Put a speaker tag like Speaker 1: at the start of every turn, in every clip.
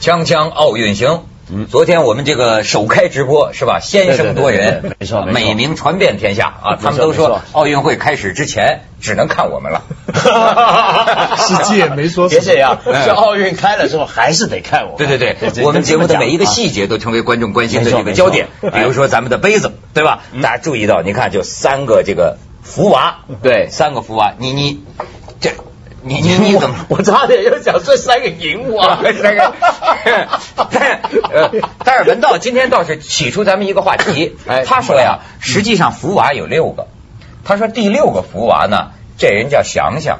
Speaker 1: 锵锵奥运行。嗯，昨天我们这个首开直播是吧？先声夺人，
Speaker 2: 对对对没错
Speaker 1: 啊
Speaker 2: 没错
Speaker 1: 美名传遍天下啊！他们都
Speaker 2: 没
Speaker 1: 说
Speaker 2: 错
Speaker 1: 奥运会开始之前只能看我 们了。
Speaker 3: 世界没说
Speaker 2: 别这样，
Speaker 1: 嗯
Speaker 2: 这奥运开了之后还是得看我。
Speaker 1: 对对对，
Speaker 2: 这
Speaker 1: 我们节目的每一个。
Speaker 2: 这么讲啊
Speaker 1: 细节都成为观众关心的
Speaker 2: 没错
Speaker 1: 这个焦点。
Speaker 2: 没错哎嗯
Speaker 1: 比如说咱们的杯子，对吧？大家注意到，你看就三个这个福娃，
Speaker 2: 对
Speaker 1: 三个福娃，你你这你你你怎么？
Speaker 2: 我差点要讲这三个赢我
Speaker 1: 啊，那个，但呃，但是文道今天倒是起出咱们一个话题，
Speaker 2: 哎
Speaker 1: 他说呀，实际上福娃有六个，他说第六个福娃呢，这人叫想想，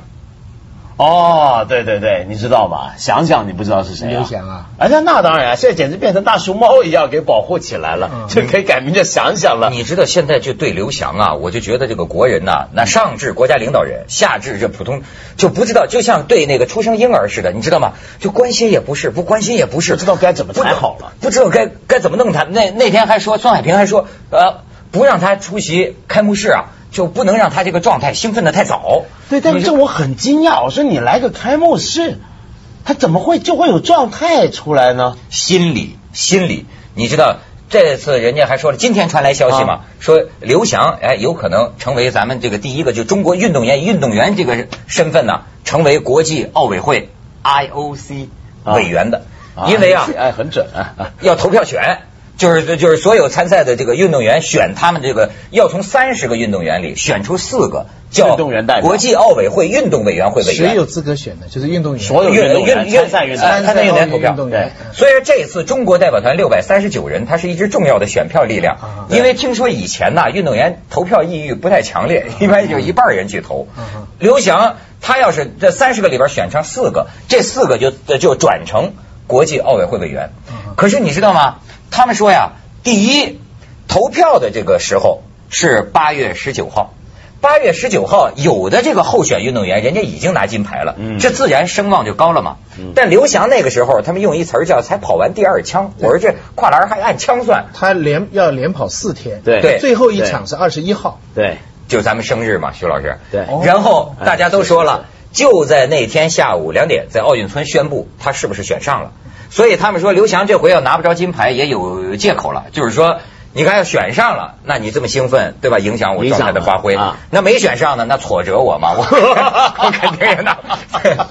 Speaker 2: 哦，对对对，你知道吧？想想你不知道是谁、啊？
Speaker 3: 刘翔啊！
Speaker 2: 哎，那那当然啊，现在简直变成大熊猫一样给保护起来了，
Speaker 3: 嗯
Speaker 2: 就可以改名叫想想了。
Speaker 1: 你知道现在就对刘翔啊，我就觉得这个国人呐、那上至国家领导人，下至这普通，就不知道，就像对那个出生婴儿似的，你知道吗？就关心也不是，不关心也不是，
Speaker 2: 不知道该怎么才好了
Speaker 1: 不知道该该怎么弄他。那那天还说，孙海平还说，呃，不让他出席开幕式啊，就不能让他这个状态兴奋的太早。
Speaker 2: 对，但是这我很惊讶，我说你来个开幕式，他怎么会就会有状态出来呢？
Speaker 1: 心理心理，你知道这次人家还说了，今天传来消息嘛，
Speaker 2: 啊
Speaker 1: 说刘翔哎有可能成为咱们这个第一个，就中国运动员以运动员这个身份呢、成为国际奥委会 IOC
Speaker 2: 啊
Speaker 1: 委员的，因为 啊
Speaker 2: 哎，很准啊。
Speaker 1: 要投票选。就是就是所有参赛的这个运动员选他们这个要从三十个运动员里选出四个叫
Speaker 2: 运动员代表
Speaker 1: 国际奥委会运动委员会委员，
Speaker 3: 谁有资格选的？就是运动员，
Speaker 2: 所有运动员哎参赛运动员
Speaker 1: 参赛运动员投票
Speaker 3: 参赛运动员。嗯
Speaker 1: 所以说这次中国代表团六百三十九人，它是一支重要的选票力量
Speaker 3: 啊。
Speaker 1: 因为听说以前呐，运动员投票意欲不太强烈，一般就一半人去投
Speaker 3: 啊啊。
Speaker 1: 刘翔他要是这三十个里边选上四个，这四个就呃就转成国际奥委会委员
Speaker 3: 啊啊。
Speaker 1: 可是你知道吗？他们说呀，第一投票的这个时候是八月十九号。八月十九号，有的这个候选运动员，人家已经拿金牌了，
Speaker 2: 嗯
Speaker 1: 这自然声望就高了嘛。
Speaker 2: 嗯
Speaker 1: 但刘翔那个时候，他们用一词儿叫“才跑完第二枪”，我说这跨栏还按枪算，
Speaker 3: 他连要连跑四天，
Speaker 2: 对
Speaker 1: 对
Speaker 3: 最后一场是二十一号，
Speaker 2: 对，
Speaker 1: 就咱们生日嘛，徐老师。
Speaker 2: 对哦
Speaker 1: 然后
Speaker 2: 哎
Speaker 1: 大家都说
Speaker 2: 是
Speaker 1: 了，就在那天下午两点，在奥运村宣布他是不是选上了。所以他们说，刘翔这回要拿不着金牌也有借口了，就是说。你看，要选上了，那你这么兴奋，对吧？影响我状态的发挥。
Speaker 2: 影响了啊
Speaker 1: 那没选上呢，那挫折我嘛，我 我肯定也拿。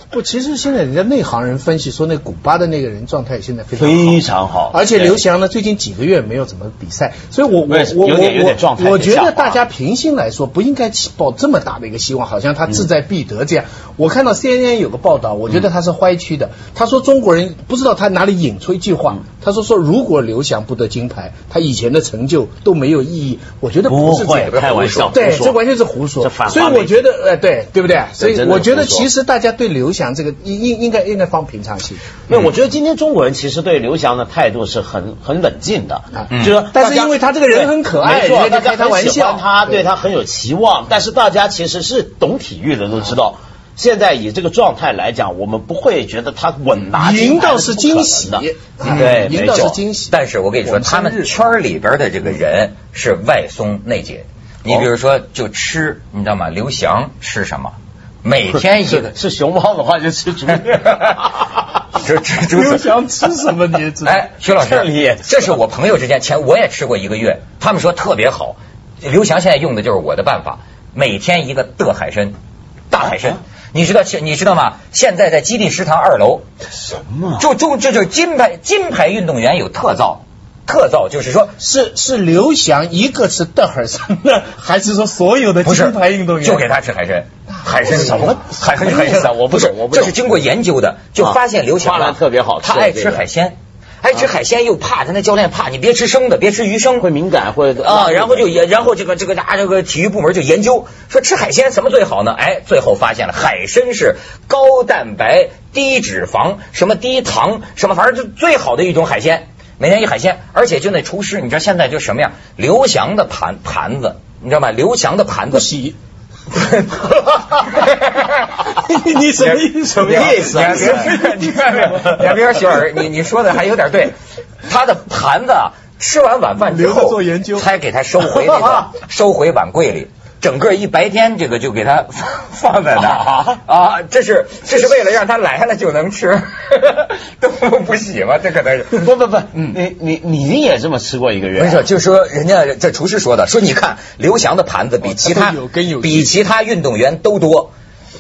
Speaker 3: 不，其实现在人家内行人分析说，那古巴的那个人状态现在非常好。
Speaker 2: 非常好。
Speaker 3: 而且刘翔呢，最近几个月没有怎么比赛，所以我我
Speaker 2: 为什么
Speaker 3: 我
Speaker 2: 有点有点状态
Speaker 3: 我我觉
Speaker 2: 下滑
Speaker 3: 得大家平心来说，不应该抱这么大的一个希望，好像他志在必得这样。我看到 CNN 有个报道，我觉
Speaker 2: 嗯
Speaker 3: 得他是歪曲的。他说中国人不知道他哪里引出一句
Speaker 2: 嗯
Speaker 3: 话，他说说如果刘翔不得金牌，他以前的成就都没有意义。我觉得
Speaker 2: 不
Speaker 3: 是
Speaker 2: 会
Speaker 3: 这个
Speaker 2: 开玩笑胡
Speaker 3: 对，
Speaker 2: 说
Speaker 3: 这完全是胡说
Speaker 2: 这。反话
Speaker 3: 所以我
Speaker 2: 没
Speaker 3: 觉得，呃，对，对不对？所以
Speaker 2: 真的是
Speaker 3: 我觉得
Speaker 2: 胡说
Speaker 3: 其实大家对刘翔这个应应应该应该放平常心。
Speaker 2: 没有，
Speaker 3: 嗯
Speaker 2: 我觉得今天中国人其实对刘翔的态度是很很冷静的
Speaker 3: 啊，
Speaker 2: 就是说
Speaker 3: 但是
Speaker 2: 大家
Speaker 3: 因为他这个人很可爱
Speaker 2: 没错，
Speaker 3: 人家
Speaker 2: 大
Speaker 3: 就开
Speaker 2: 家
Speaker 3: 他
Speaker 2: 很
Speaker 3: 玩
Speaker 2: 喜欢
Speaker 3: 笑
Speaker 2: 他，对
Speaker 3: 对
Speaker 2: 他很有期望，但是大家其实是懂体育的都知道。现在以这个状态来讲，我们不会觉得他稳拿金
Speaker 3: 赢
Speaker 2: 牌
Speaker 3: 倒
Speaker 2: 是
Speaker 3: 是
Speaker 2: 不可能
Speaker 3: 惊喜，
Speaker 2: 的
Speaker 3: 嗯
Speaker 2: 对，
Speaker 3: 赢
Speaker 2: 没
Speaker 3: 倒是
Speaker 2: 错。
Speaker 3: 惊喜。
Speaker 1: 但是我跟你说，他们圈儿里边的这个人是外松内紧。你
Speaker 2: 哦
Speaker 1: 比如说，就吃，你知道吗？刘翔吃什么？每天一个
Speaker 2: 是是熊猫的话就吃 竹，
Speaker 1: 这这这
Speaker 3: 刘翔吃什么你也知道。
Speaker 1: 哎，徐老
Speaker 2: 这里也
Speaker 1: 师，这是我朋友之间前我也吃过一个月，他们说特别好。刘翔现在用的就是我的办法，每天一个的海参，大海参。你知道现你知道吗？现在在基地食堂二楼，
Speaker 2: 什么？
Speaker 1: 就就就就是金牌金牌运动员有特造，特造就是说
Speaker 3: 是是刘翔一个吃德尔森的，还是说所有的
Speaker 1: 不是
Speaker 3: 金牌运动员
Speaker 1: 就给他吃海参，海参
Speaker 2: 什么
Speaker 1: 海参
Speaker 2: 什么
Speaker 1: 海
Speaker 2: 意思啊
Speaker 1: 参
Speaker 2: 我不
Speaker 1: 是
Speaker 2: 懂我不懂
Speaker 1: 这是经过研究的，就发现刘
Speaker 2: 啊
Speaker 1: 翔
Speaker 2: 花
Speaker 1: 啊
Speaker 2: 篮特别好吃
Speaker 1: 他爱
Speaker 2: 这
Speaker 1: 吃
Speaker 2: 个啊
Speaker 1: 海鲜，爱吃海鲜又怕他那教练怕你别吃生的，别吃鱼生
Speaker 2: 会敏感会
Speaker 1: 啊，然后就也，然后这个这个啊，这个体育部门就研究说吃海鲜什么最好呢？哎，最后发现了海参是高蛋白、低脂肪、什么低糖、什么，反正就最好的一种海鲜。每天一海鲜，而且就那厨师，你知道现在就什么样？刘翔的盘盘子，你知道吗？刘翔的盘子
Speaker 3: 不洗？
Speaker 1: 你
Speaker 3: 什么意思
Speaker 2: 什么意思啊
Speaker 1: 你看，你看没有？ 两边徐老师，你你说的还有点对。他的盘子啊，吃完晚饭之
Speaker 3: 留着
Speaker 1: 后
Speaker 3: 做研 究
Speaker 1: 才给他收回那个收回碗柜里。整个一白天这个就给它放在那儿
Speaker 2: 啊
Speaker 1: 啊，这是这是为了让它来了就能吃， 都不洗吗？这可能是。
Speaker 2: 不不不，
Speaker 3: 嗯
Speaker 2: 你你你也这么吃过一个月
Speaker 1: 没
Speaker 2: 啊？
Speaker 1: 事，就说人家这厨师说的，说你看刘翔的盘子比其他、
Speaker 3: 哦他都有根有据
Speaker 1: 比其他运动员都多，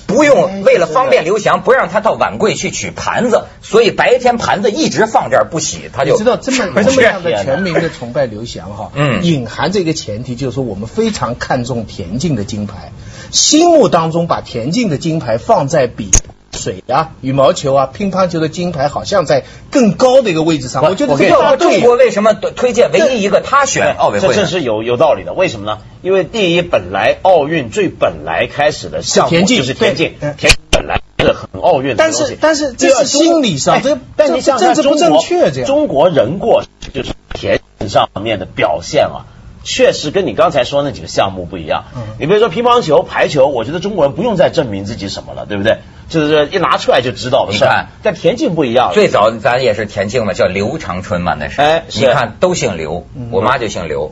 Speaker 1: 不用为了方便刘翔，不让他到碗柜去取盘子，所以白天盘子一直放这儿不洗，他就
Speaker 3: 你知道这 么这么样的全民的
Speaker 1: 的
Speaker 3: 崇拜刘翔哈，
Speaker 1: 嗯
Speaker 3: 隐含着一个前提，就是说我们非常看重田径的金牌，心目当中把田径的金牌放在比水啊、羽毛球啊、乒乓球的金牌好像在更高的一个位置上，我觉得这
Speaker 1: 要
Speaker 3: 个
Speaker 1: 不
Speaker 3: 对
Speaker 1: 中国为什么推荐唯一一个他选奥委
Speaker 2: 这
Speaker 1: 会
Speaker 2: 这
Speaker 1: 呢？
Speaker 2: 是有有道理的，为什么呢？因为第一，本来奥运最本来开始的项目
Speaker 3: 田径
Speaker 2: 就是田径
Speaker 3: 对嗯，
Speaker 2: 田径本来是很奥运的
Speaker 3: 但是
Speaker 2: 东西
Speaker 3: 但是这
Speaker 2: 第二
Speaker 3: 是
Speaker 2: 中
Speaker 3: 心理上
Speaker 2: 哎
Speaker 3: 这
Speaker 2: 但你想想
Speaker 3: 这政治不
Speaker 2: 中国
Speaker 3: 正确这样
Speaker 2: 中国人过就是田径上面的表现啊。确实跟你刚才说那几个项目不一样
Speaker 3: 嗯。
Speaker 2: 你比如说乒乓球、排球，我觉得中国人不用再证明自己什么了，对不对？就是一拿出来就知道的事
Speaker 1: 你看
Speaker 2: 儿。但田径不一样，
Speaker 1: 最早咱也是田径嘛，叫刘长春嘛，那是。
Speaker 2: 哎是
Speaker 1: 你看都姓刘，我妈就姓刘。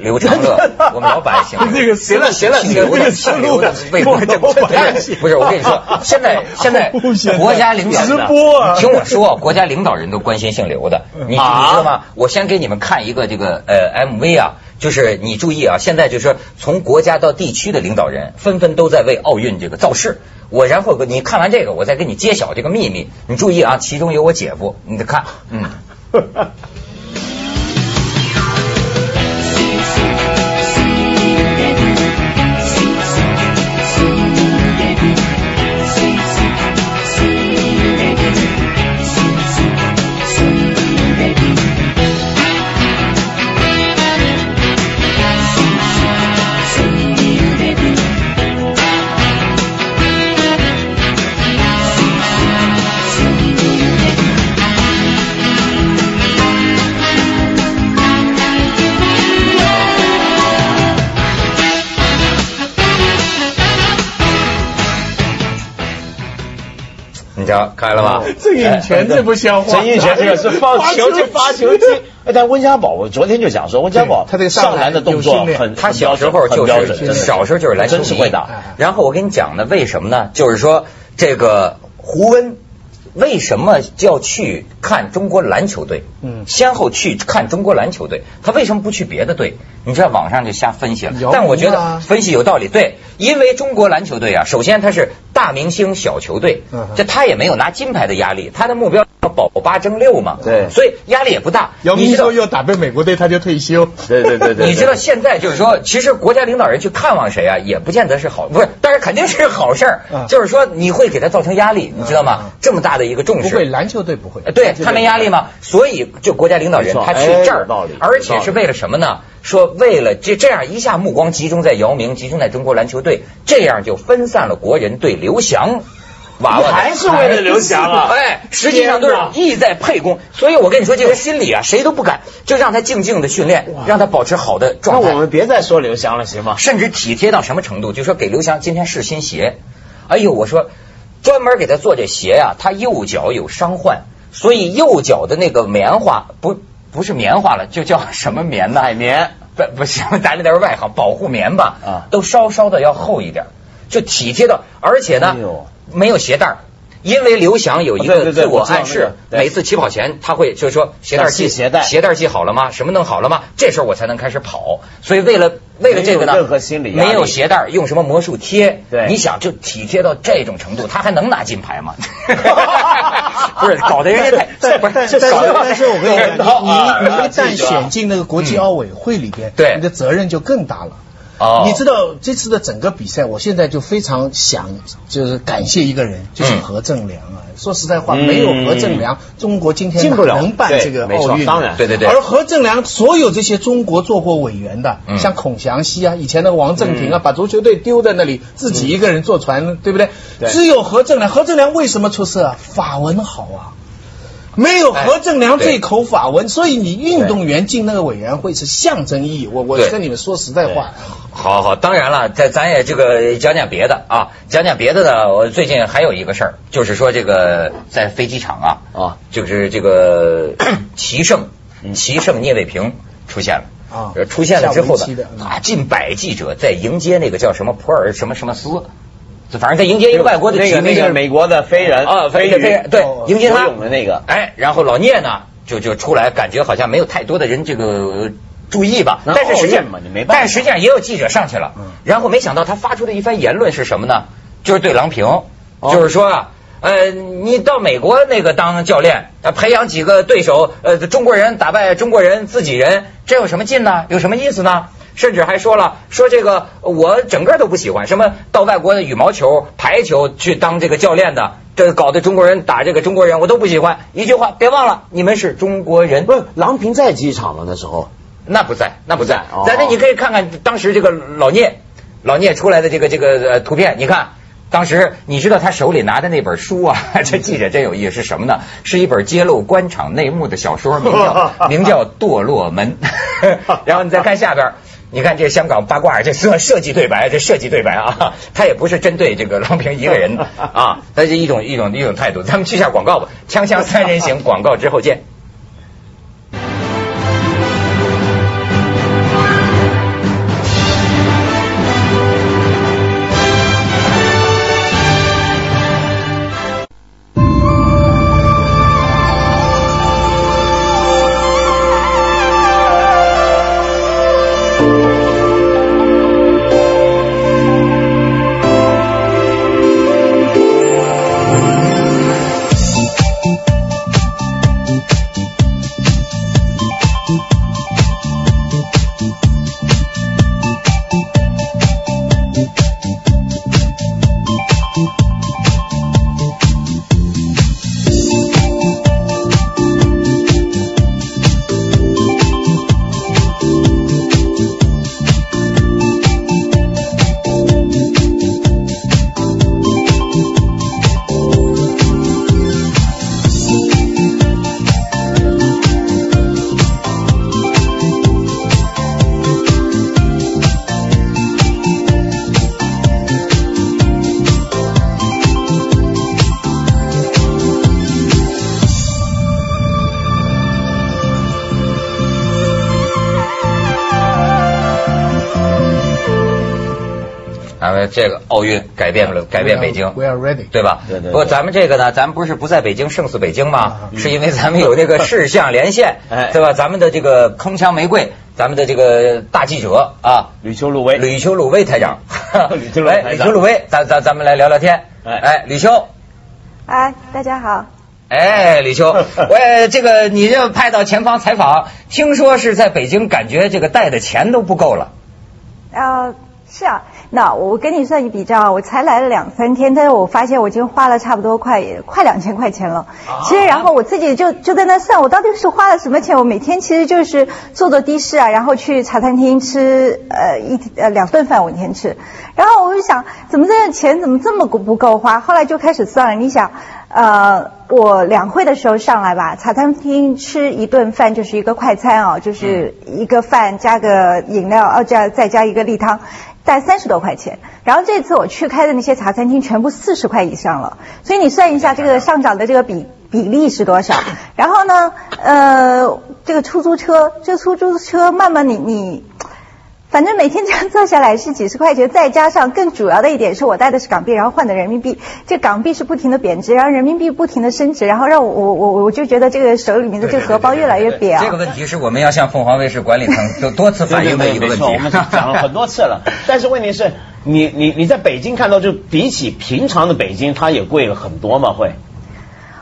Speaker 1: 刘长乐，我们老板姓刘。
Speaker 3: 这个思
Speaker 1: 行
Speaker 3: 路
Speaker 1: 了行了，
Speaker 3: 这
Speaker 1: 姓刘
Speaker 3: 个
Speaker 1: 的
Speaker 3: 思
Speaker 1: 姓
Speaker 3: 路
Speaker 1: 刘的为什么这
Speaker 3: 我老板
Speaker 1: 不是我跟你说，现在现在
Speaker 3: 好危险啊
Speaker 1: 国家领导人
Speaker 3: 直播啊
Speaker 1: 你听我说，国家领导人都关心姓刘的，
Speaker 2: 嗯
Speaker 1: 你你知道吗？我先给你们看一个这个呃 MV 啊，就是你注意啊，现在就是从国家到地区的领导人纷纷都在为奥运这个造势。我然后你看完这个，我再给你揭晓这个秘密。你注意啊，其中有我姐夫，你得看，嗯。你知道看来了
Speaker 2: 哦
Speaker 1: 吧？
Speaker 3: 郑
Speaker 2: 哎
Speaker 3: 印权这不像话，
Speaker 2: 陈奕迅这个哎是 放球就发球机。哎，但温家宝，我昨天就讲说，温家宝
Speaker 3: 对他这个上
Speaker 2: 上
Speaker 3: 篮
Speaker 2: 篮的动
Speaker 3: 有
Speaker 2: 作
Speaker 3: 训练
Speaker 2: 很，
Speaker 1: 他
Speaker 2: 很
Speaker 1: 小
Speaker 2: 标
Speaker 1: 时
Speaker 2: 准
Speaker 1: 候
Speaker 2: 很
Speaker 1: 就
Speaker 2: 标准真
Speaker 1: 是
Speaker 2: 的
Speaker 1: 小时候就是篮球迷
Speaker 2: 真是会打。
Speaker 3: 哎
Speaker 1: 然后我跟你讲呢，为什么呢？就是说这个胡温为什么要去看中国篮球队？
Speaker 3: 嗯
Speaker 1: 先后去看中国篮球队，他为什么不去别的队？你知道网上就瞎分析了
Speaker 3: 姚，
Speaker 1: 但我
Speaker 3: 明
Speaker 1: 觉
Speaker 3: 啊
Speaker 1: 得分析有道理。对，因为中国篮球队啊，首先他是大明星小球队
Speaker 3: 嗯哼，
Speaker 1: 这他也没有拿金牌的压力，他的目标要保八争六嘛，
Speaker 2: 对
Speaker 1: 所以压力也不大。
Speaker 3: 姚
Speaker 1: 你
Speaker 3: 明
Speaker 1: 知道
Speaker 3: 说要打败美国队他就退休，
Speaker 2: 对对对对，
Speaker 1: 你知道现在就是说，其实国家领导人去看望谁啊，也不见得是好，不是，但是肯定是好事儿
Speaker 3: 嗯。
Speaker 1: 就是说你会给他造成压力，你知道
Speaker 3: 嗯嗯
Speaker 1: 吗？这么大的一个重
Speaker 3: 不会
Speaker 1: 视。
Speaker 3: 篮球队不会
Speaker 2: 哎
Speaker 1: 呃，对他没压力吗？所以就国家领导人
Speaker 2: 没错
Speaker 1: 他去这
Speaker 2: 哎有
Speaker 1: 儿
Speaker 2: 道理，
Speaker 1: 而且是
Speaker 2: 有道理
Speaker 1: 为了什么呢？说为了这这样一下目光集中在姚明，集中在中国篮球队，这样就分散了国人对刘翔娃娃的
Speaker 2: 还是为了刘翔啊
Speaker 1: 哎，实际上都是
Speaker 2: 天哪
Speaker 1: 意在沛公。所以我跟你说，这个心理啊，谁都不敢，就让他静静的训练，让他保持好的
Speaker 2: 那
Speaker 1: 状态
Speaker 2: 我。们别再说刘翔了，行吗？
Speaker 1: 甚至体贴到什么程度？就说给刘翔今天试新鞋，哎呦，我说专门给他做这鞋啊，他右脚有伤患，所以右脚的那个棉花不不是棉花了，就叫什么棉 呢？海绵？不不行，咱这点外行，保护棉吧，
Speaker 2: 啊
Speaker 1: 都稍稍的要厚一点，就体贴到，而且呢
Speaker 2: 哎呦，
Speaker 1: 没有鞋带儿。因为刘翔有一
Speaker 2: 啊对
Speaker 1: 个
Speaker 2: 对对
Speaker 1: 自我
Speaker 2: 我知道
Speaker 1: 暗示，
Speaker 2: 那个对
Speaker 1: 每次起跑前他会就是说鞋带儿
Speaker 2: 要系
Speaker 1: 系
Speaker 2: 鞋带
Speaker 1: 鞋带儿系好了吗？什么弄好了吗？这时候我才能开始跑。所以为了为了这个呢，
Speaker 2: 没有任何心理压力
Speaker 1: 没有鞋带儿，用什么魔术贴？
Speaker 2: 对
Speaker 1: 你想就体贴到这种程度， 他还能拿金牌吗？不是，搞得人家太哦
Speaker 2: 但
Speaker 1: 不是，
Speaker 2: 但
Speaker 1: 这
Speaker 3: 但是
Speaker 1: 搞得
Speaker 3: 但是我跟 你
Speaker 2: 搞
Speaker 3: 讲，你
Speaker 2: 啊
Speaker 3: 你一旦
Speaker 2: 记住啊嗯
Speaker 3: 选进那个国际奥委会里边，
Speaker 1: 对
Speaker 3: 你的责任就更大了。
Speaker 1: 哦
Speaker 3: 你知道这次的整个比赛，我现在就非常想就是感谢一个人，就是何正良啊。说实在话，
Speaker 2: 嗯
Speaker 3: 没有何正良，中国今天
Speaker 2: 进不了
Speaker 3: 能办这个
Speaker 2: 对没错
Speaker 3: 奥运。
Speaker 2: 当然
Speaker 1: 对对对
Speaker 3: 而何正良所有这些中国做过委员的，
Speaker 1: 嗯
Speaker 3: 像孔祥熙啊，以前那个王正
Speaker 2: 嗯
Speaker 3: 廷啊，把足球队丢在那里，自己一个人坐船，对不对？
Speaker 2: 对
Speaker 3: 只有何正良，何正良为什么出色啊？法文好啊。
Speaker 2: 哎
Speaker 3: 没有何正良这口法文，所以你运动员进那个委员会是象征意义。我我
Speaker 1: 对
Speaker 3: 跟你们说实在话，
Speaker 1: 好好，当然了，咱咱也这个讲讲别的啊，讲讲别的呢。我最近还有一个事儿，就是说这个在飞机场啊，
Speaker 2: 啊
Speaker 1: 就是这个齐盛
Speaker 2: 嗯
Speaker 1: 齐盛聂卫平出现了。
Speaker 3: 啊
Speaker 1: 出现了之后
Speaker 3: 下围棋
Speaker 1: 呢
Speaker 3: 的，嗯
Speaker 1: 啊，近百记者在迎接那个叫什么普尔什么什么斯，就反正在迎接一个外国的
Speaker 2: 那
Speaker 1: 体
Speaker 2: 个
Speaker 1: 育
Speaker 2: 那个美国的飞人
Speaker 1: 啊，
Speaker 2: 飞
Speaker 1: 飞
Speaker 2: 鱼
Speaker 1: 飞人对
Speaker 3: 哦
Speaker 1: 迎接他
Speaker 2: 游泳的那个
Speaker 1: 哎，然后老聂呢就就出来，感觉好像没有太多的人这个。注意吧，
Speaker 2: 那
Speaker 1: 但是实际
Speaker 2: 奥运
Speaker 1: 上
Speaker 2: 嘛你没办法嗯
Speaker 1: 但实际上也有记者上去了，然后没想到他发出的一番言论是什么呢？就是对郎平，就是说啊，呃，你到美国那个当教练，呃培养几个对手，呃，中国人打败中国人自己人，这有什么劲呢？有什么意思呢？甚至还说了，说这个我整个都不喜欢，什么到外国的羽毛球、排球去当这个教练的，这搞得中国人打这个中国人，我都不喜欢。一句话，别忘了，你们是中国人。
Speaker 2: 不是郎平在机场吗？那时候
Speaker 1: 那不在，那不在
Speaker 2: 哦。
Speaker 1: 咱这你可以看看当时这个老聂，老聂出来的这个这个呃图片，你看。当时你知道他手里拿的那本书啊， 这记者真有意思，是什么呢？是一本揭露官场内幕的小说，名 叫名叫《堕落门》。 然后你再看下边，你看这香港八卦，这设设计对白，这设计对白啊， 他也不是针对这个郎平一个 人啊，他是一种一种一种态度。咱们去下广告吧，《锵锵三人行》广告之后见。咱们啊这个奥运改变了，改变北京
Speaker 3: We，are ready。
Speaker 1: 对吧？
Speaker 2: 对对对，
Speaker 1: 不过咱们这个呢，咱们不是不在北京胜似北京吗？是因为咱们有这个事项连线
Speaker 2: 哎
Speaker 1: 对吧？咱们的这个铿锵玫瑰，咱们的这个大记者啊，
Speaker 2: 吕秋露薇，，
Speaker 1: 吕秋鲁威台长
Speaker 2: 哎 吕秋鲁威台
Speaker 1: 哎
Speaker 2: 长
Speaker 1: 吕秋鲁威，咱咱咱们来聊聊天。
Speaker 2: 哎
Speaker 1: 哎，吕秋，
Speaker 4: 哎，大家好。
Speaker 1: 哎，吕 秋，喂，这个你这派到前方采访，听说是在北京，感觉这个带的钱都不够了。
Speaker 4: 啊，是啊，那我跟你算一笔账，我才来了两三天，但是我发现我已经花了差不多快快两千块钱了。其实，然后我自己就就在那算，我到底是花了什么钱？我每天其实就是做做的士啊，然后去茶餐厅吃呃一呃两顿饭，我一天吃。然后我就想，怎么这个钱怎么这么不够花？后来就开始算了，你想。呃，我两会的时候上来吧，茶餐厅吃一顿饭就是一个快餐哦，就是一个饭加个饮料，哦，加再加一个例汤，带三十多块钱。然后这次我去开的那些茶餐厅全部四十块以上了，所以你算一下这个上涨的这个比比例是多少？然后呢，呃，这个出租车，这出租车慢慢你你。反正每天这样做下来是几十块钱，再加上更主要的一点是我带的是港币，然后换的人民币，这港币是不停的贬值，然后人民币不停的升值，然后让我我我我就觉得这个手里面的这个荷包越来越瘪啊。
Speaker 1: 这个问题是我们要向凤凰卫视管理层多多次反映的一个
Speaker 2: 没
Speaker 1: 问题。
Speaker 2: 错，我们 讲了很多次了。但是问题是，你你你在北京看到，就比起平常的北京，它也贵了很多嘛？会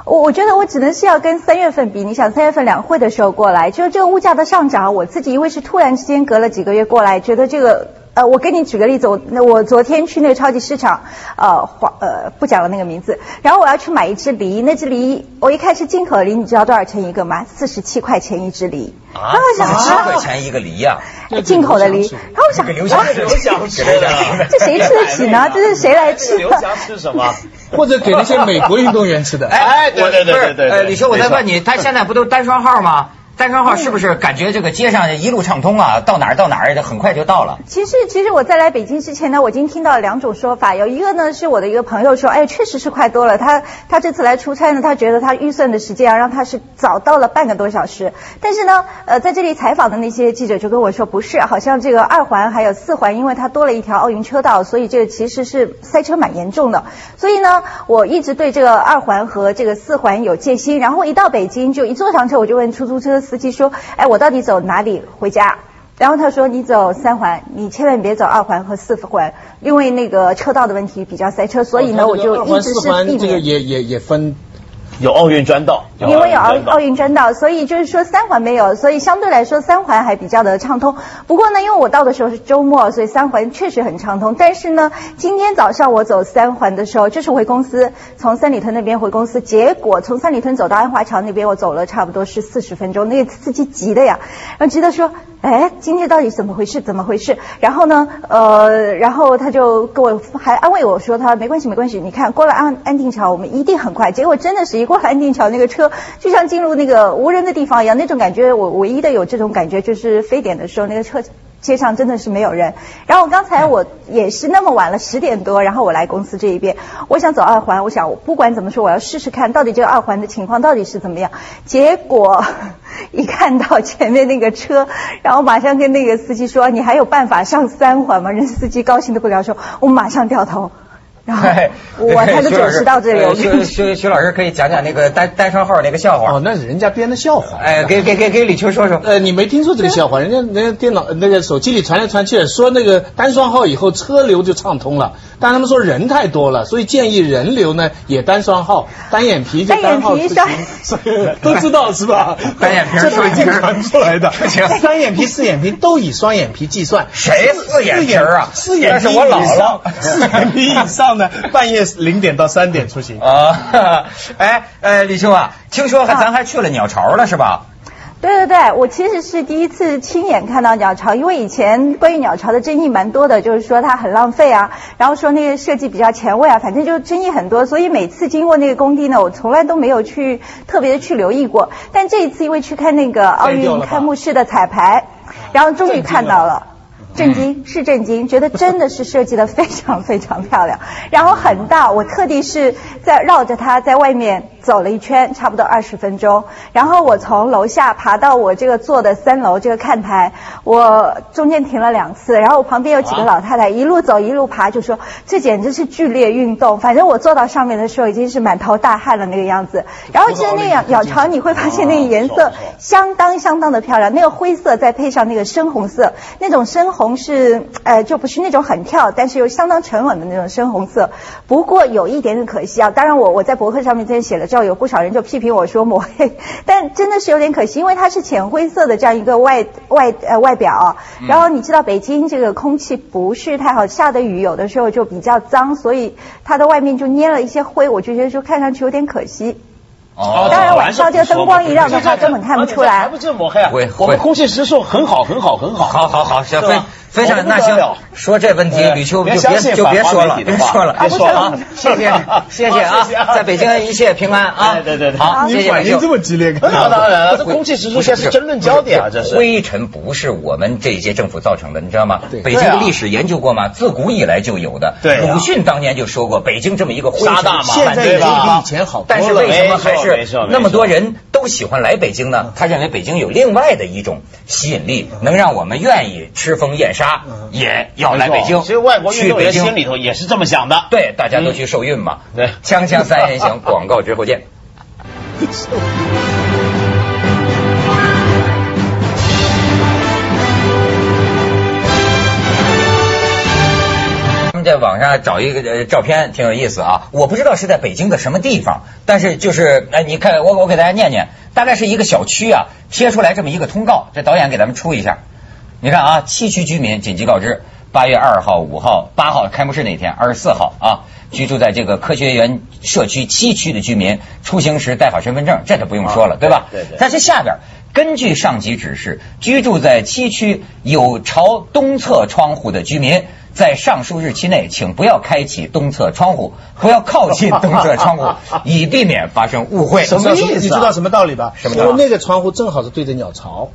Speaker 4: 我我觉得我只能是要跟三月份比，你想三月份两会的时候过来，就是这个物价的上涨，我自己因为是突然之间隔了几个月过来，觉得这个。呃，我给你举个例子，我那我昨天去那个超级市场，呃，华呃不讲了那个名字，然后我要去买一只梨，那只梨我一看是进口梨，你知道多少钱一个吗？四十七块钱一只梨，然后我想
Speaker 1: 十
Speaker 4: 啊
Speaker 1: 块钱一个梨呀、
Speaker 4: 进口的梨，然后我想
Speaker 1: 给刘翔
Speaker 4: 哇
Speaker 1: 吃，刘翔
Speaker 2: 吃的
Speaker 4: 这谁吃得起 呢？这是谁来吃
Speaker 2: 刘
Speaker 4: 的？
Speaker 2: 翔吃什么？
Speaker 3: 或者给那些美国运动员吃的。
Speaker 2: 哎对对对
Speaker 1: 我不是
Speaker 2: 对对对
Speaker 1: 呃，李秋，我再
Speaker 2: 没错
Speaker 1: 问你，他现在不都单双号吗？单杠号是不是感觉这个街上一路畅通啊？到哪儿到哪儿很快就到了。
Speaker 4: 其实，其实我在来北京之前呢，我已经听到两种说法，有一个呢是我的一个朋友说，哎，确实是快多了。他他这次来出差呢，他觉得他预算的时间啊，让他是早到了半个多小时。但是呢，呃，在这里采访的那些记者就跟我说，不是，好像这个二环还有四环，因为它多了一条奥运车道，所以这个其实是塞车蛮严重的。所以呢，我一直对这个二环和这个四环有戒心。然后一到北京，就一坐上车，我就问出租车司机说，哎，我到底走哪里回家？然后他说：“你走三环，你千万别走二环和四环，因为那个车道的问题比较塞车， 所以呢，
Speaker 3: 哦
Speaker 4: 我就一直是
Speaker 3: 四环
Speaker 4: 避
Speaker 3: 这个
Speaker 4: 免。
Speaker 3: 也也也分
Speaker 2: 有奥运专道，
Speaker 4: 因为有奥奥
Speaker 2: 运
Speaker 4: 运专道，所以就是说三环没有，所以相对来说三环还比较的畅通。不过呢，因为我到的时候是周末，所以三环确实很畅通。但是呢，今天早上我走三环的时候，就是回公司，从三里屯那边回公司，结果从三里屯走到安华桥那边，我走了差不多是四十分钟，那个司机急的呀，然后急得说。哎，今天到底怎么回事？怎么回事？然后呢，呃，然后他就跟我还安慰我说，他说没关系，没关系，你看过了安安定桥，我们一定很快。结果真的是一过了安定桥，那个车就像进入那个无人的地方一样，那种感觉，我唯一的有这种感觉就是非典的时候，那个车街上真的是没有人。然后刚才我也是那么晚了十点多，然后我来公司这一边，我想走二环，我想我不管怎么说，我要试试看到底这个二环的情况到底是怎么样。结果一看到前面那个车，然后马上跟那个司机说：“你还有办法上三环吗？”人司机高兴的不得了，说：“我马上掉头。” 然后啊我才能准时到这里。我
Speaker 1: 徐
Speaker 4: 跟
Speaker 1: 老
Speaker 4: 你
Speaker 1: 师
Speaker 4: 说
Speaker 1: 徐徐老师可以讲讲那个单单双号那个笑
Speaker 3: 哦
Speaker 1: 话，，
Speaker 3: 那是人家编的笑话。
Speaker 1: 哎，给啊给给给李秋说说。
Speaker 3: 呃，你没听说这个笑话？人家人家电脑那个手机里传来传去，说那个单双号以后车流就畅通了，但他们说人太多了，所以建议人流呢也单双号，单眼皮就单号出行
Speaker 4: 单眼皮
Speaker 3: 所以 都知道是吧？
Speaker 1: 单眼皮
Speaker 3: 这都
Speaker 1: 双
Speaker 3: 已
Speaker 1: 眼皮
Speaker 3: 经传出来的
Speaker 1: 不 行，
Speaker 3: 三眼皮、四眼皮都以双眼皮计算。
Speaker 1: 谁四眼皮儿啊？
Speaker 3: 四眼
Speaker 1: 那
Speaker 3: 皮
Speaker 1: 是我姥
Speaker 3: 以上
Speaker 1: 姥。
Speaker 3: 四眼皮以上的半夜零点到三点出行。
Speaker 1: 啊，哎，呃，李秋啊，听说还咱还去了鸟巢了是吧？
Speaker 4: 对对对，我其实是第一次亲眼看到鸟巢，因为以前关于鸟巢的争议蛮多的，就是说它很浪费啊，然后说那个设计比较前卫啊，反正就争议很多。所以每次经过那个工地呢，我从来都没有去特别的去留意过。但这一次因为去看那个奥运开幕式的彩排，然后终于看到了。 震惊是震惊，觉得真的是设计的非常非常漂亮，然后很大，我特地是在绕着它在外面走了一圈，差不多二十分钟，然后我从楼下爬到我这个坐的三楼这个看台，我中间停了两次，然后我旁边有几个老太太一路走一路爬，就说这简直是剧烈运动，反正我坐到上面的时候已经是满头大汗了那个样子，然后其实那个鸟巢你会发现那个颜色相当相当的漂亮，那个灰色再配上那个深红色，那种深红是呃就不是那种很跳，但是又相当沉稳的那种深红色。不过有一点点可惜啊，当然我我在博客上面这样写了之后，有不少人就批评我说抹黑， 但真的是有点可惜，因为它是浅灰色的这样一个外外呃外表啊、然后你知道北京这个空气不是太好，下的雨有的时候就比较脏，所以它的外面就粘了一些灰，我就觉得说看上去有点可惜。
Speaker 1: 哦
Speaker 4: 当然晚上这个灯光一亮
Speaker 2: 这
Speaker 4: 的话根本看不出来
Speaker 2: 还不是抹黑啊
Speaker 1: 会会！
Speaker 2: 我们空气指数很好，很好，很好。
Speaker 1: 好好好，行，
Speaker 2: 对
Speaker 1: 非
Speaker 2: 吧
Speaker 1: 非
Speaker 2: 我
Speaker 1: 常
Speaker 2: 们
Speaker 1: 那
Speaker 2: 不得
Speaker 1: 行
Speaker 2: 了，
Speaker 1: 说这问题
Speaker 2: 呃
Speaker 1: 吕秋
Speaker 2: 别
Speaker 1: 就
Speaker 2: 相
Speaker 1: 别
Speaker 2: 信
Speaker 1: 就别
Speaker 2: 反
Speaker 1: 说
Speaker 2: 华
Speaker 1: 了，
Speaker 2: 媒体
Speaker 1: 别
Speaker 2: 的话
Speaker 1: 说了，
Speaker 2: 别说
Speaker 1: 啊
Speaker 2: 了，
Speaker 1: 谢谢谢谢
Speaker 2: 好
Speaker 1: 啊
Speaker 2: 谢谢，啊
Speaker 1: 在北京一切平安啊，
Speaker 2: 对对对对
Speaker 1: 好，谢
Speaker 3: 你
Speaker 1: 谢
Speaker 3: 反
Speaker 1: 吕
Speaker 3: 应
Speaker 1: 秋
Speaker 3: 这。么激烈，
Speaker 2: 那当然了，这
Speaker 1: 不
Speaker 2: 空气指数
Speaker 1: 不
Speaker 2: 现在是争论焦点啊，这是。
Speaker 1: 灰尘不是我们这些政府造成的，你知道吗？
Speaker 3: 对
Speaker 1: 北京
Speaker 2: 对啊
Speaker 1: 的历史研究过吗？自古以来就有的。
Speaker 2: 对啊
Speaker 1: 鲁迅当年就说过，北京这么一个灰
Speaker 2: 沙
Speaker 1: 尘
Speaker 2: 大嘛
Speaker 1: 现
Speaker 3: 现
Speaker 1: 在
Speaker 3: 在
Speaker 2: 对
Speaker 3: 已经啊
Speaker 2: 吧
Speaker 3: 比以前好
Speaker 1: 但
Speaker 3: 多
Speaker 1: 是
Speaker 3: 了
Speaker 1: 为。什么还
Speaker 2: 哎没
Speaker 1: 是
Speaker 2: 错没错嗯
Speaker 1: 那么多人都喜欢来北京呢？他认为北京有另外的一种吸引力，能让我们愿意吃风宴沙，也要来北京。
Speaker 2: 嗯其实外国运
Speaker 1: 去
Speaker 2: 动
Speaker 1: 北
Speaker 2: 员心
Speaker 1: 京，
Speaker 2: 里头也是这么想的。嗯
Speaker 1: 对，大家都哦去受孕嘛。
Speaker 2: 对
Speaker 1: 锵锵三人行，广告之后 见。他们在网上找一个呃照片，挺有意思啊。我不知道是在北京的什么地方，但是就是哎，你看我我给大家念念，大概是一个小区啊贴出来这么一个通告，这导演给咱们出一下。你看啊，七区居民紧急告知，八月二号、五号、八号开幕式那天，二十四号啊，居住在这个科学园社区七区的居民，出行时带好身份证，这就不用说了，
Speaker 2: 啊
Speaker 1: 对吧？
Speaker 2: 对对对
Speaker 1: 但是下边根据上级指示，居住在七区有朝东侧窗户的居民，在上述日期内，请不要开启东侧窗户，不要靠近东侧窗 户，以避免发生误会。
Speaker 2: 什么意思啊
Speaker 3: 你知道什么道理吧？
Speaker 1: 什么道理
Speaker 3: 因为那个窗户正好是对着鸟巢，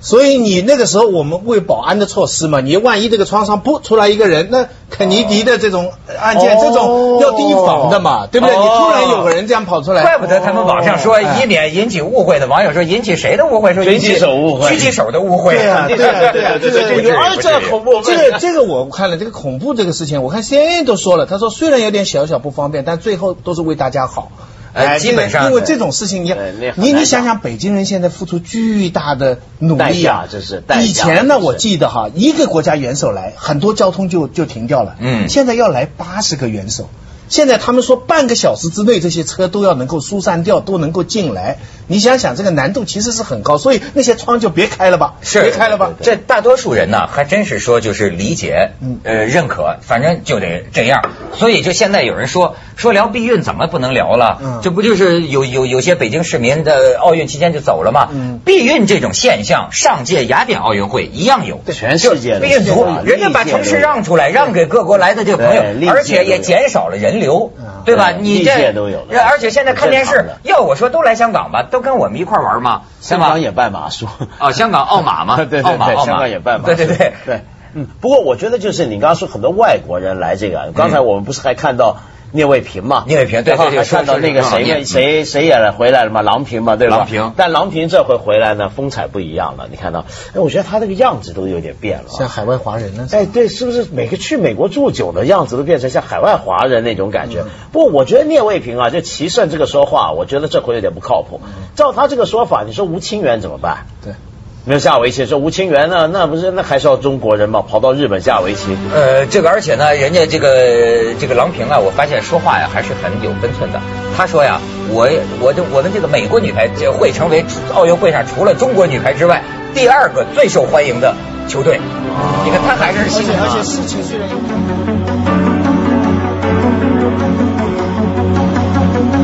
Speaker 3: 所以你那个时候我们为保安的措施嘛，你万一这个窗上不出来一个人，那肯尼迪的这种呃案件，
Speaker 2: 哦
Speaker 3: 这种要提防的嘛，对不对？
Speaker 1: 哦
Speaker 3: 你突然有个人这样跑出来，
Speaker 1: 怪不得他们网上
Speaker 3: 哦
Speaker 1: 说，以免引起误会的网友说引起谁的误会？说引
Speaker 2: 狙击手误会
Speaker 1: 狙击手的 误会。啊
Speaker 3: 对啊呀、对呀、对呀、
Speaker 2: 对
Speaker 3: 这
Speaker 2: 对
Speaker 3: 个
Speaker 2: 对对，哎，这恐怖，
Speaker 3: 这个这个我看了，这个恐怖这个事情，我看 CNN 都说了，他说虽然有点小小不方便，但最后都是为大家好。呃
Speaker 1: 哎基本上
Speaker 3: 因为这种事情，你
Speaker 2: 对那很
Speaker 3: 你
Speaker 2: 难
Speaker 3: 你想
Speaker 2: 讲
Speaker 3: 想，北京人现在付出巨大的努
Speaker 2: 代
Speaker 3: 力
Speaker 2: 价
Speaker 3: 啊，
Speaker 2: 这是代价
Speaker 3: 以前呢，
Speaker 2: 这是
Speaker 3: 我记得哈，一个国家元首来，很多交通就就停掉了。
Speaker 1: 嗯
Speaker 3: 现在要来八十个元首，现在他们说半个小时之内这些车都要能够疏散掉，都能够进来。你想想，这个难度其实是很高，所以那些窗就别开了吧，
Speaker 1: 是
Speaker 3: 别开了吧。
Speaker 1: 这大多数人呢，还真是说就是理解
Speaker 3: 嗯，
Speaker 1: 呃，认可，反正就得这样。所以就现在有人说说聊避孕怎么不能聊了？
Speaker 3: 嗯
Speaker 1: 这不就是有有有些北京市民的奥运期间就走了吗？
Speaker 3: 嗯
Speaker 1: 避孕这种现象，上届雅典奥运会一样有。
Speaker 2: 全世界
Speaker 1: 避孕族，人家把城市让出来，让给各国来的这个朋
Speaker 2: 对历届
Speaker 1: 友，
Speaker 2: 都有啊
Speaker 1: 而且也减少了人流
Speaker 3: 嗯，
Speaker 1: 对吧？
Speaker 2: 对
Speaker 1: 你
Speaker 2: 历届
Speaker 1: 这
Speaker 2: 都有了
Speaker 1: 呃而且现在看电
Speaker 2: 很正
Speaker 1: 视
Speaker 2: 常的，
Speaker 1: 要我说都来香港吧，都跟我们一块玩嘛，对
Speaker 2: 香
Speaker 1: 吧
Speaker 2: 港？也办马术。
Speaker 1: 哦，香港奥马嘛，
Speaker 2: 对对
Speaker 1: 奥马
Speaker 2: 对，
Speaker 1: 奥马
Speaker 2: 香港也啊办马术。
Speaker 1: 对对对
Speaker 2: 对，嗯。不过我觉得就是你刚刚说很多外国人来这个，刚才我们不是还看到。聂卫平嘛，
Speaker 1: 嗯聂卫平对
Speaker 2: 然后
Speaker 1: 对对
Speaker 2: 还看到
Speaker 1: 说是
Speaker 2: 那个谁
Speaker 1: 聂
Speaker 2: 谁谁谁也来回来了嘛，郎平嘛，对吧？
Speaker 1: 郎平
Speaker 2: 但郎平这回回来呢，风采不一样了。你看到，哎，我觉得他这个样子都有点变了啊。
Speaker 3: 像海外华人呢？
Speaker 2: 哎，对，是不是每个去美国住久的样子都变成像海外华人那种感
Speaker 1: 嗯
Speaker 2: 觉？不过我觉得聂卫平啊，就齐胜这个说话，我觉得这回有点不靠谱。
Speaker 1: 嗯
Speaker 2: 照他这个说法，你说吴清源怎么办？
Speaker 3: 对。
Speaker 2: 没有下围棋，说吴清源呢，那不是那还是要中国人嘛，跑到日本下围棋。
Speaker 1: 呃，这个而且呢，人家这个这个郎平啊，我发现说话呀还是很有分寸的。他说呀，我我的我们这个美国女排这会成为奥运会上除了中国女排之外第二个最受欢迎的球队。你看他还是
Speaker 3: 而
Speaker 1: 心
Speaker 3: 且
Speaker 1: 疼啊
Speaker 3: 而且事情虽然。